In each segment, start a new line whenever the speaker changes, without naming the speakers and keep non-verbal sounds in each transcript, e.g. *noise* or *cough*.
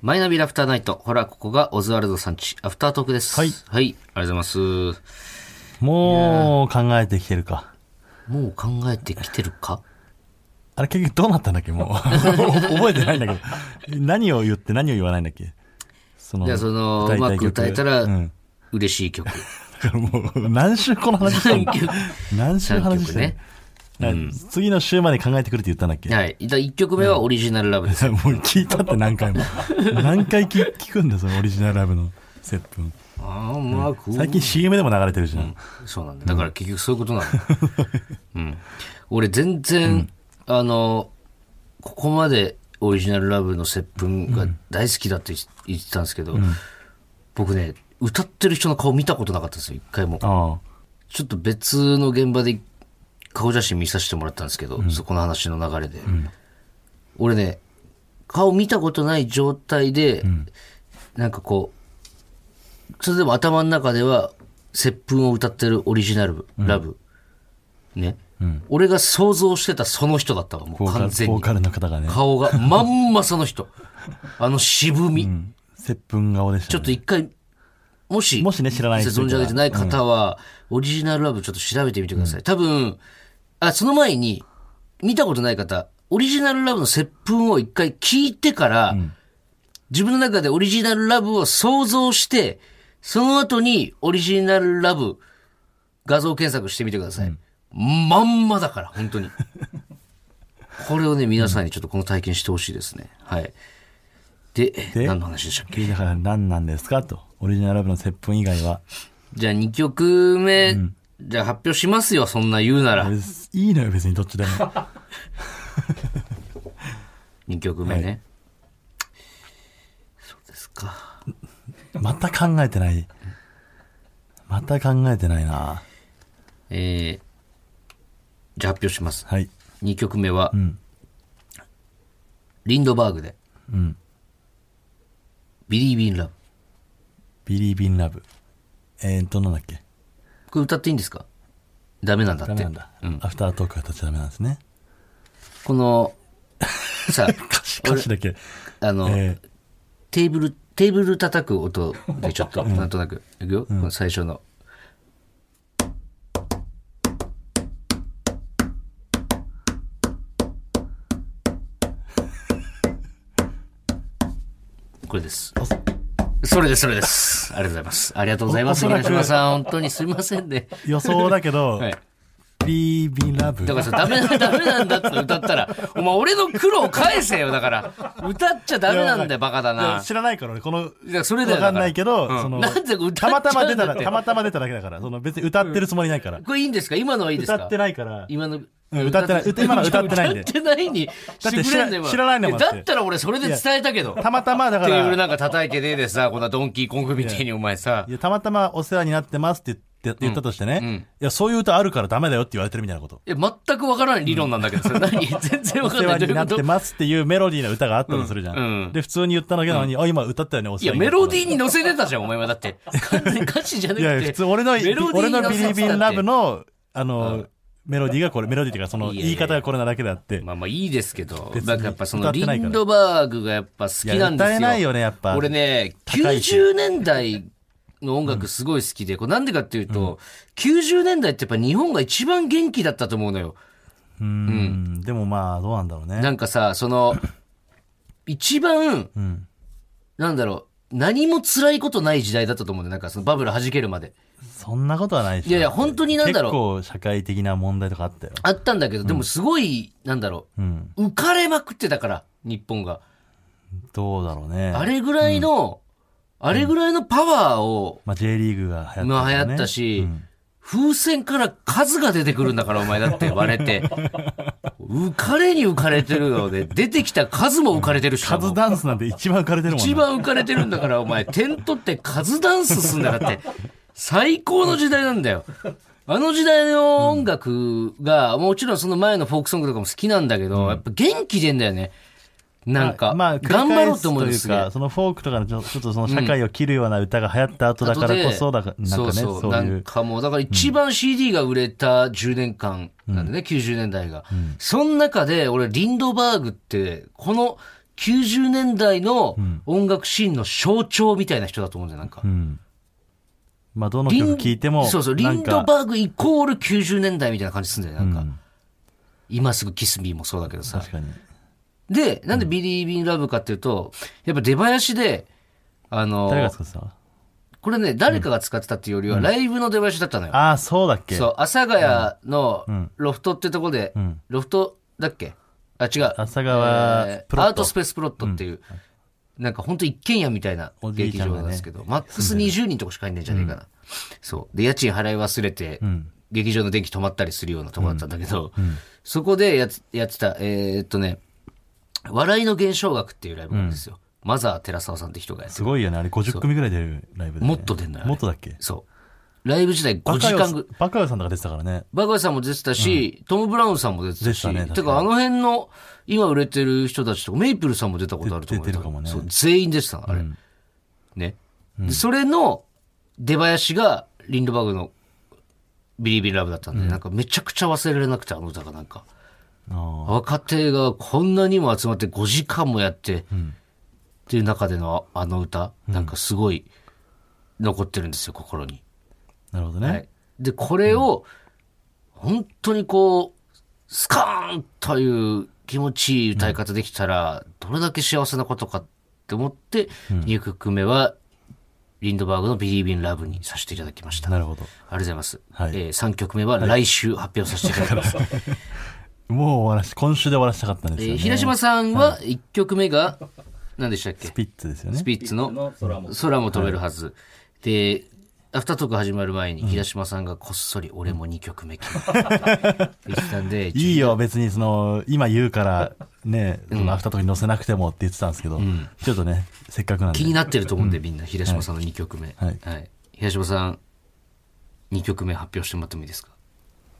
マイナビラフターナイト。ほら、ここがオズワルドさんち、アフタートークです。
はい
はい。ありがとうございます。
もう考えてきてるか。
もう考えてきてるか
あれ結局どうなったんだっけもう。 *laughs* 覚えてないんだけど。何を言って何を言わないんだっけその
じゃあ、その、
歌
う
い
ま
い
く
曲
歌えたら
うん。、 *laughs*
嬉しい曲。
だからもう、何週この話したんだ
曲
何週話してんの
三
だから次の週まで考えてくれって言ったんだっ *laughs* け
はい。だ1曲目はオリジナルラブです。
もう聞いたって何回も。何回聞聞くんだよ、そのオリジナルラブのセップン。
あーうまく。
最近 CM でも流れてるじゃん。
そうなんだ。だから結局そういうことなんだ。うん。俺全然、あの、ここまでオリジナルラブの接吻が大好きだって言ってたんですけど、僕ね、歌ってる人の顔見たことなかったんですよ、一回も。
ああ。
ちょっと別の現場で顔写真見させてもらったんですけど、そこの話の流れで。俺ね、顔見たことない状態で、なんかこう、それでも頭の中では、接吻を歌ってるオリジナル、ラブ。ね、俺が想像してたその人だったわ、も
ボ
う
ーカ
完
ル
全
ボー
に。
カルの方がね。
顔が、まんまその人。あの渋み。
うん。接吻顔でした、ね。
ちょっと一回、もし、
もしね知らない人いたら
存じ上げてない方は、オリジナルラブちょっと調べてみてください。多分、あ、その前に、見たことない方、オリジナルラブの接吻を一回聞いてから、自分の中でオリジナルラブを想像して、その後にオリジナルラブ画像検索してみてください。まんまだから、本当に。 *laughs* これをね、皆さんにちょっとこの体験してほしいですね。はい。で、
で
何の話でしたっけ
聞いたから何なんですかと。オリジナルラブの接吻以外は。
じゃあ2曲目、じゃあ発表しますよ、そんな言うなら。
いいのよ、別にどっちでも。 *laughs*
2曲目ね。そうですか。
また考えてない。また考えてないな。
えー、じゃあ発表します。
はい。
2曲目は、
ん
リンドバーグで、
うん。
ビリービンラブ。
ビリービンラブ。えー、どんなんだっけ
これ歌っていいんですかダメなんだ
ダ
って
メなん。だ。アフタートークは立ちダメなんで
*laughs*
すね。
この、さ、
歌詞、歌詞だけ。 *laughs*
あの、
えー
テーブル、テーブル叩く音でちょっと、なんとなく、いくよ、この最初の。これです。それです、それです。ありがとうございます。ありがとうございます。
おおそら
皆
く
島さん、本当にすいませんね。
予想だけ
*laughs*
ど、
はい。
ビービンラブ。
だからさ、ダメな、ダメなんだって歌ったら、お前俺の苦労返せよ、だから。歌っちゃダメなんだよ、バカだ
いや
な。
知らないから俺、この、
いやそれだよ
わかんないけど、
だからうん
その、
なんで歌っちゃ
た
うんだ
ま
って
たま出たら、たまたま出ただけだから、その別に歌ってるつもりないから。
これいいんですか今のはいいですか
歌ってないから、
今の。
うん歌ってない歌今の歌ってないんで
歌ってないに。
だって知ら知らないんだもんだ
だ
って
ったら俺それで伝えたけど。
たまたまだか
テーブル
ら、
なんか叩いてねえでさ、こんなドンキーコングみたいにお前さ
い。やたまたまお世話になってますって言って言ったとしてね、
うん
いや、そういう歌あるからダメだよって言われてるみたいなこと。
え、全くわからない理論なんだけど、それ何全然わ
お
かん
世
ない。どうい
話に
う
な
こ
って
と
ますっていうメロディーな歌があったとするじゃん。
うんうん
で、普通に言ったんだけなのに、あ、今歌ったよね、
い
お
や、
世話にな
メ
った
ロディーに乗せてたじゃん、お前は。だって。完全に歌詞じゃなく
い
て。
やいや、普通、俺の、
メロディー
俺
に乗
の
せて
ビ
た
リ
って
ビンラブの、あの、メロディーがこれ、メロディーっていうか、その、
いやいや
言い方がこれなだけであって。
まあまあいいですけど、
別に
なんかやっぱその
歌って
リ
ないから
ンドバーグがやっぱ好きなんですよ。
いや歌えないよねやっぱ
俺ね、
高いし
90年代の音楽すごい好きで、これなんでかっていうと、90年代ってやっぱ日本が一番元気だったと思うのよ。
うーんでもまあ、どうなんだろうね。
なんかさ、その、一番、
うん。
なんだろう、何も辛いことない時代だったと思うんだよ。なんかそのバブル弾けるまで。
そんなことはないでしょ
いやいや本当になんだろう
結構、社会的な問題とかあったよ。
あったんだけど、でもすごい、なんだろ
うん。
う、浮かれまくってたから、日本が。
どうだろうね。
あれぐらいの、あれぐらいのパワーを、
まあ、J リーグが流行った、ね。
まあ流行ったし、
うん
風船から数が出てくるんだから、お前だって割れて。浮かれに浮かれてるので、出てきた数も浮かれてるし、
カズダンスなんて一番浮かれてるもんな
一番浮かれてるんだから、お前、点取って数ダンスすんだからって、最高の時代なんだよ。あの時代の音楽が、もちろんその前のフォークソングとかも好きなんだけど、やっぱ元気出んだよね。なんか、
まあ、
頑張ろうと思う
繰
んで
り返す
す
という
よ
か、。そのフォークとかのちょちょっとその社会を切るような歌が流行った後だからこそ、だからなんか
そ
ね、
う
そう
そう
い
なん
う。
かもうだから一番 CD が売れた10年間なんでね、90年代が、その中で俺リンドバーグってこの90年代の音楽シーンの象徴みたいな人だと思うんだよ、なんか。
うん。まあ、どの
リン
曲聴いても、
そうそう、リ
な
ン
ん
ド
か、
バーグイコール90年代みたいな感じするんだよ、なんか。
うん
今すぐキスミーもそうだけどさ。
確かに。
で、なんでビリービンラブかっていうと、やっぱ出囃子で、あの、
誰が使ってた
これね、誰かが使ってたっていうよりは、ライブの出囃子だったのよ。
ああ、そうだっけ
そう、阿佐ヶ谷のロフトってとこで、
ん
ロフトだっけあ、違う。
阿佐川
えー
プロット
アートスペースプロットっていう、なんか本当一軒家みたいな
おじい
劇
ちゃん
場
がね
なんですけど、マックス20人とかしかいないんじゃないかな。そう。で、家賃払い忘れて、劇場の電気止まったりするようなとこだったんだけど、そこでやつやってた、えーっとね、笑いの現象学っていうライブなんですよ。マザー寺澤さんって人がやって
すごいよね。あれ50組ぐらい出るライブで、ね。
もっと出んのよあれ
もっとだっけ
そう。ライブ時代5
バカ
時
ヨ
間ぐ
バカヨさんとか出てたからね。
バカイさんも出てたし、トム・ブラウンさんも出てたし、
出てたね
て
確
か
かに
あの辺の今売れてる人たちとか、メイプルさんも出たことあると思うよ
出てるかもね
そう全員出てたの、あれ。ね、でそれの出囃子がリンドバーグのビリービリラブだったんで、なんかめちゃくちゃ忘れられなくて、あの歌がなんか。
あ
若手がこんなにも集まって5時間もやって、っていう中でのあの歌、なんかすごい残ってるんですよ、心に。
あ。なるほどね。
はいで、これを、本当にこう、スカーンという気持ちいい歌い方できたら、どれだけ幸せなことかって思って、2曲目は、リンドバーグの Believe in Love にさせていただきました。
な
あり
るほど。
がとうございます。
はい
え3曲目は来週発表させていただき
*laughs*
ます。
もう終わらし、今週で終わらしたかったんです
え
よ、
ー
ね。
平島さんは1曲目が、何でしたっけ
スピッツですよね
ス。ピッツの空も飛べるはず。で、アフタートーク始まる前に、平島さんがこっそり俺も2曲目決ま *laughs* った。って言ってたんで、
いいよ、別にその、今言うから、ね、そのアフターとかに載せなくてもって言ってたんですけど、ちょっとね、せっかくなんで
気。になってると思うんで、みんな、平島さんの2曲目。
はい
はい。平島さん、2曲目発表してもらってもいいですか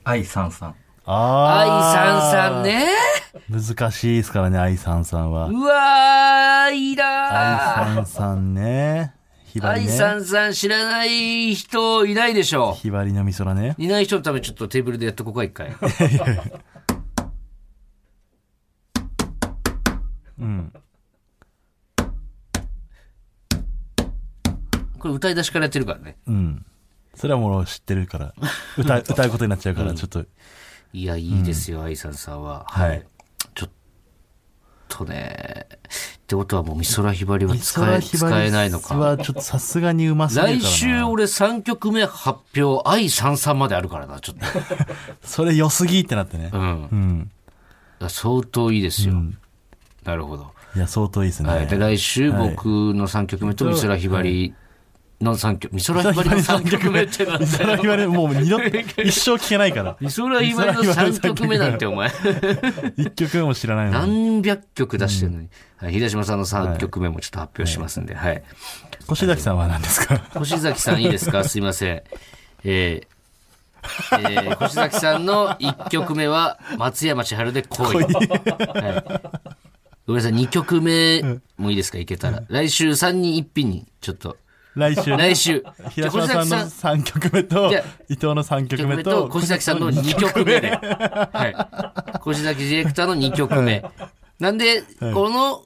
愛さんさん。
愛
あ
さんさんね。
ー難しいですからね、愛さんさんは。
うわー、いい
愛
なー。
さんさんね。ひばり
愛
ね。
さんさん知らない人いないでしょ
ひばりのみそらね。
いない人のためにちょっとテーブルでやっとこうか、一回。
うん。
これ歌い出しからやってるからね。
うん。それはもう知ってるから。歌、歌うことになっちゃうから、ちょっと。
いや、いいですよ、愛さんさんは。
はい。
ちょっとね。ってことはもう美空ひばりは使え
美空ひば
使
り
えないのか。
はちょっとさすがにうますぎるから
来
な。
週俺3曲目発表、愛三三まであるからな、ちょっと。
それ良すぎってなってね。
うん。
うん。
相当いいですよ。なるほど。
いや、相当いいですね。
はい。で、来週僕の3曲目と美空ひばりの3曲、美空ひばりの3曲目ってなんだよ
それ言われるもう二度、一生聞けないから。
美空ひばりの3曲目なんて *laughs* お前。
一曲も知らないのに。
何百曲出してるのに。はい。平島さんの3曲目もちょっと発表しますんで、はい
越崎さんは何ですか
星崎さんいいですかすいません。えーえー星崎さんの1曲目は松山千春で恋。はい、ごめんなさい、2曲目もいいですかいけたら。来週3人一品に、ちょっと。
来週。
来 *laughs* 週。じゃ
平
あ星
島
崎
さ
さん
んの三曲目と
じゃあ、
伊藤の三
1
曲
曲
目
目と
と、
越崎さんの2曲目で。はい。越崎ディレクターの2曲目。なんで、この、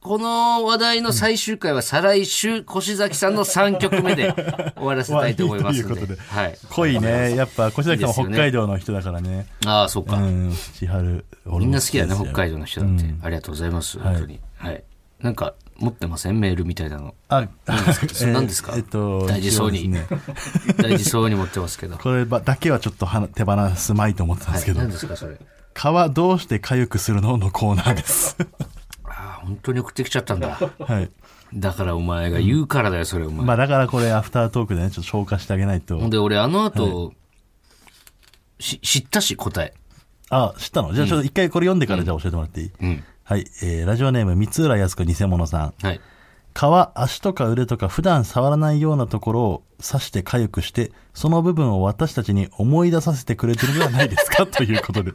この話題の最終回は再来週、越崎さんの3曲目で終わらせたいと思いますの
終わりと
で。
いうことで
はい。
恋ね。やっぱ、越崎さんはい
いですよ
北
ね
海道の人だからね。
ああ、そうか。
うん、千春。
み
み
んな好きだね、北海道の人だって。ありがとうございます、本当に。はい。なんか、持ってませんメールみたいなの。
あ、
それ何ですか
えっと、
大事そうに
一応ですね
*laughs* 大事そうに持ってます
*laughs*
けど。は
こればだけはちょっとはな手放すまいと思ってたんですけ
い。
ど
何、ですか、それ。
川どうして痒くするののコーナーです。
ああ、本当に送ってきちゃったんだ。
はい。
だからお前が言うからだよ、それ、お前。
まあだからこれアフタートークでね、ちょっと消化してあげない
ほん
と。
で、俺、あの後、し知ったし、答え。
あ、知ったのじゃあちょっと一回これ読んでからじゃあ教えてもらっていい、
うん。
はい。えー、ラジオネーム、三浦靖子偽物さん。
はい。
皮、足とか腕とか普段触らないようなところを刺して痒くして、その部分を私たちに思い出させてくれてるのではないですかということ
*laughs*
で。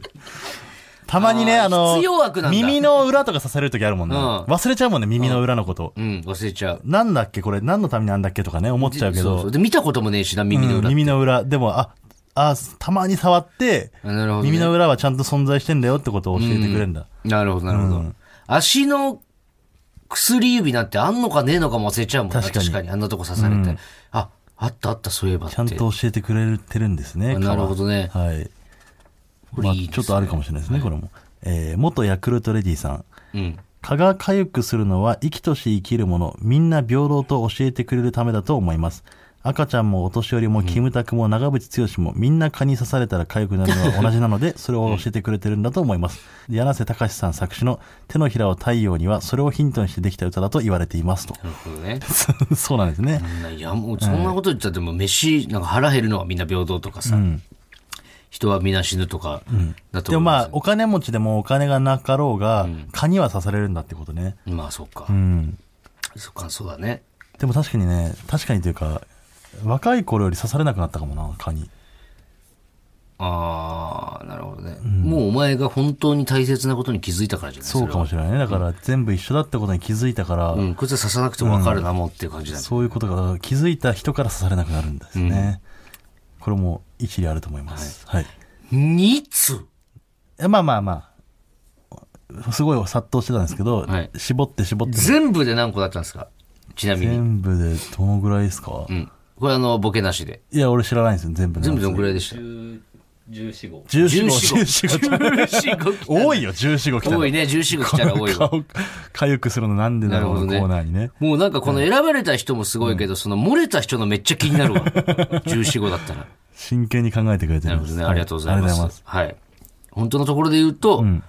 たまにね、
あー
あの
必要悪なんだ、
耳の裏とか刺される時あるもんね。
うん
忘れちゃうもんね、耳の裏のこと。
うん、忘れちゃう。
なんだっけこれ、何のためになんだっけとかね、思っちゃうけ
そう
ど。
そう。で、見たこともねえしな、耳の
うん
裏。
耳の裏。でも、あ、あ、たまに触って、
あなるほどね
耳の裏はちゃんと存在してんだよってことを教えてくれるんだ。
なるほど、なるほど。足の薬指なんてあんのかねえのかも忘れちゃうもんな
確
確
か
か
に
にあんなとこ刺されて、ああったあったそういえばって
ちゃんと教えてくれてるんですね。
あなるほどね
はい。
こ
ま
れ
あ、
いいですね
ちょっとあるかもしれないですね、これも。えー元ヤクルトレディさん。
うん
蚊が痒くするのは生きとし生きるもの、みんな平等と教えてくれるためだと思います。赤ちゃんもお年寄りもキムタクも長渕剛もみんな蚊に刺されたら痒くなるのは同じなので、それを教えてくれてるんだと思います。柳瀬隆さん作詞の手のひらを太陽にはそれをヒントにしてできた歌だと言われていますと。 *laughs*
なるほどね
そうなんですね。
いやもうそんなこと言ったらでも飯なんか腹減るのはみんな平等とかさ、人は皆死ぬとかだと
でも
思い
ま
ます
あ、お金持ちでもお金がなかろうが、蚊には刺されるんだってことね。
まあ、そうか、
うん。
そうかそうだね
でも確かにね、確かにというか、若い頃より刺されなくなったかもな、蚊に。
ああなるほどね、もうお前が本当に大切なことに気づいたからじゃない
そうかもしれないね。だから全部一緒だってことに気づいたから、
れはうんこいつは刺さなくても分かるな、もうっていう感じだね
そういうことが気づいた人から刺されなくなるんですね。これも一理あると思います。はい。
二つ
えまあまあまあ、すごい殺到してたんですけど、
はい
絞って絞って。
全部で何個だったんですかちなみに。
全部でどのぐらいですか、
うん。これあの、ボケなしで。
いや、俺知らないんですよ、全部
全部どのくらいでした
14、14号。
14
14
号、14号。
14個
多いよ、14号来たら。
多いね、14個来たら多いわ。
顔、かゆくするのなんでだろうの
なる
コー
ほどね
ナーにね。
もうなんかこの選ばれた人もすごいけど、その漏れた人のめっちゃ気になるわ。14個だったら。
真剣に考えてくれて
な
る
るほ
んで
ど
す。
ね。ありがとうございま
あ
す。
りがとう
はい。本当のところで言うと、
ん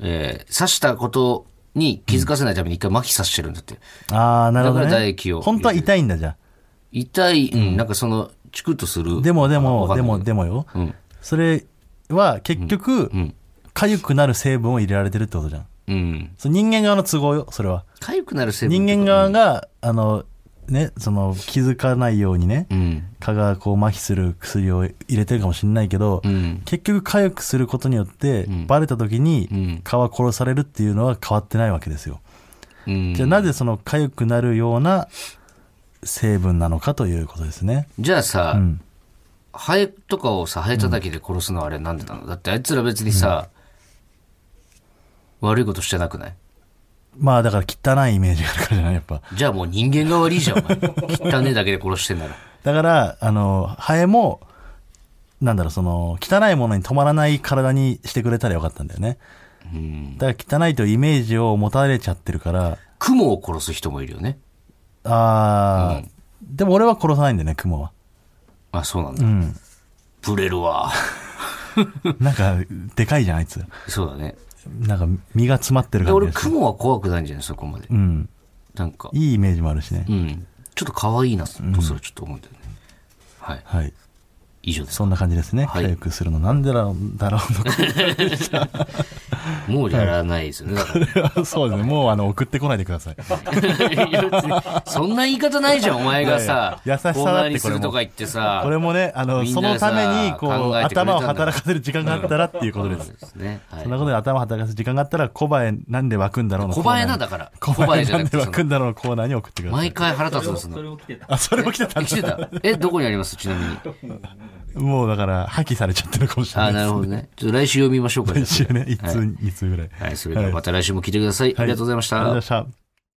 えー刺したことに気づかせないために一回麻痺刺してるんだって。
あー、なるほど、ね。
だから唾液を
本当は痛いんだじゃ
痛い、うん、なんかその、チクッとする。
ん。でもでも、
わ
で
かんな
も
い
でもよ。
うん
それは結局
ん、
かゆ、くなる成分を入れられてるってことじゃん。
うん。
それ人間側の都合よ、それは。
痒くなる成分とか
人間側が、あの、ね、その、気づかないようにね、
うん。
蚊がこう麻痺する薬を入れてるかもしれないけど、
うん。
結局かゆくすることによって、バレた時
う
に、
ん。
蚊は殺されるっていうのは変わってないわけですよ。
うん
じゃあなぜその痒くなるような成分なのかということですね。
じゃあさ、
ん
ハエとかをさ、ハエ叩きで殺すのはあれなんでなのだってあいつら別にさ、悪いことしてなくない
まあだから汚いイメージがあるからじゃないやっぱ。
じゃあもう人間が悪いじゃん、お前。汚ねえだけで殺してんなら。
だから、あの、ハエも、なんだろう、その、汚いものに止まらない体にしてくれたらよかったんだよね。
うん。
だから汚いというイメージを持たれちゃってるから、
雲を殺す人もいるよね。
あー、でも俺は殺さないんだよね、雲は。
あ、そうなん
う
だ。
ん。
ブレるわ。
なんか、でかいじゃん、あいつ。
そうだね。
なんか、身が詰まってる
で
感じ
俺、
がする。
雲は怖くないんじゃないそこまで
う。ん。
なんか、
いいイメージもあるしね
う。ん。ちょっと可愛いな、とそれはちょっと思うんだよね。はい。
はい。
以上です
そ。んな感じですね。
はい
痒くするのなんでだろうだろうの
*laughs*
か
もうやらないですよね。だから
そうですね。もうあの送ってこないでくださ
*laughs*
い。
いや別にそんな言い方ないじゃん、お前がさ。
いやいや優しさだって
コーナーにするとか言ってさ。
これもね、あの、
み
そ
ん
の
なさ
ために、こう、
考えてくれたんだ
頭を働かせる時間があったらっていうことです。
ですね。はい
そんなことで頭を働かせる時間があったら、小林なんで湧くんだろうの
小林な
コーナ
だ
ー
から。
に小林なん
小
で湧
林
く
じゃなくて
んだろうのコーナーに送って
そ
く
の
ださい。
毎回腹立つの、そ
それ
の。
を着てた。
あ、それも来てたん
え来て
だ。
たえ、どこにありますちなみに。
もうだから、破棄されちゃってるかもしれ
あー、な
ないです。
るほどね。ちょっと来週読みましょうか。じゃあ
一週ね、一通、二通ぐらい。
はい、それではまた来週も聞いてください。ありがとうございました
ありがとうございました。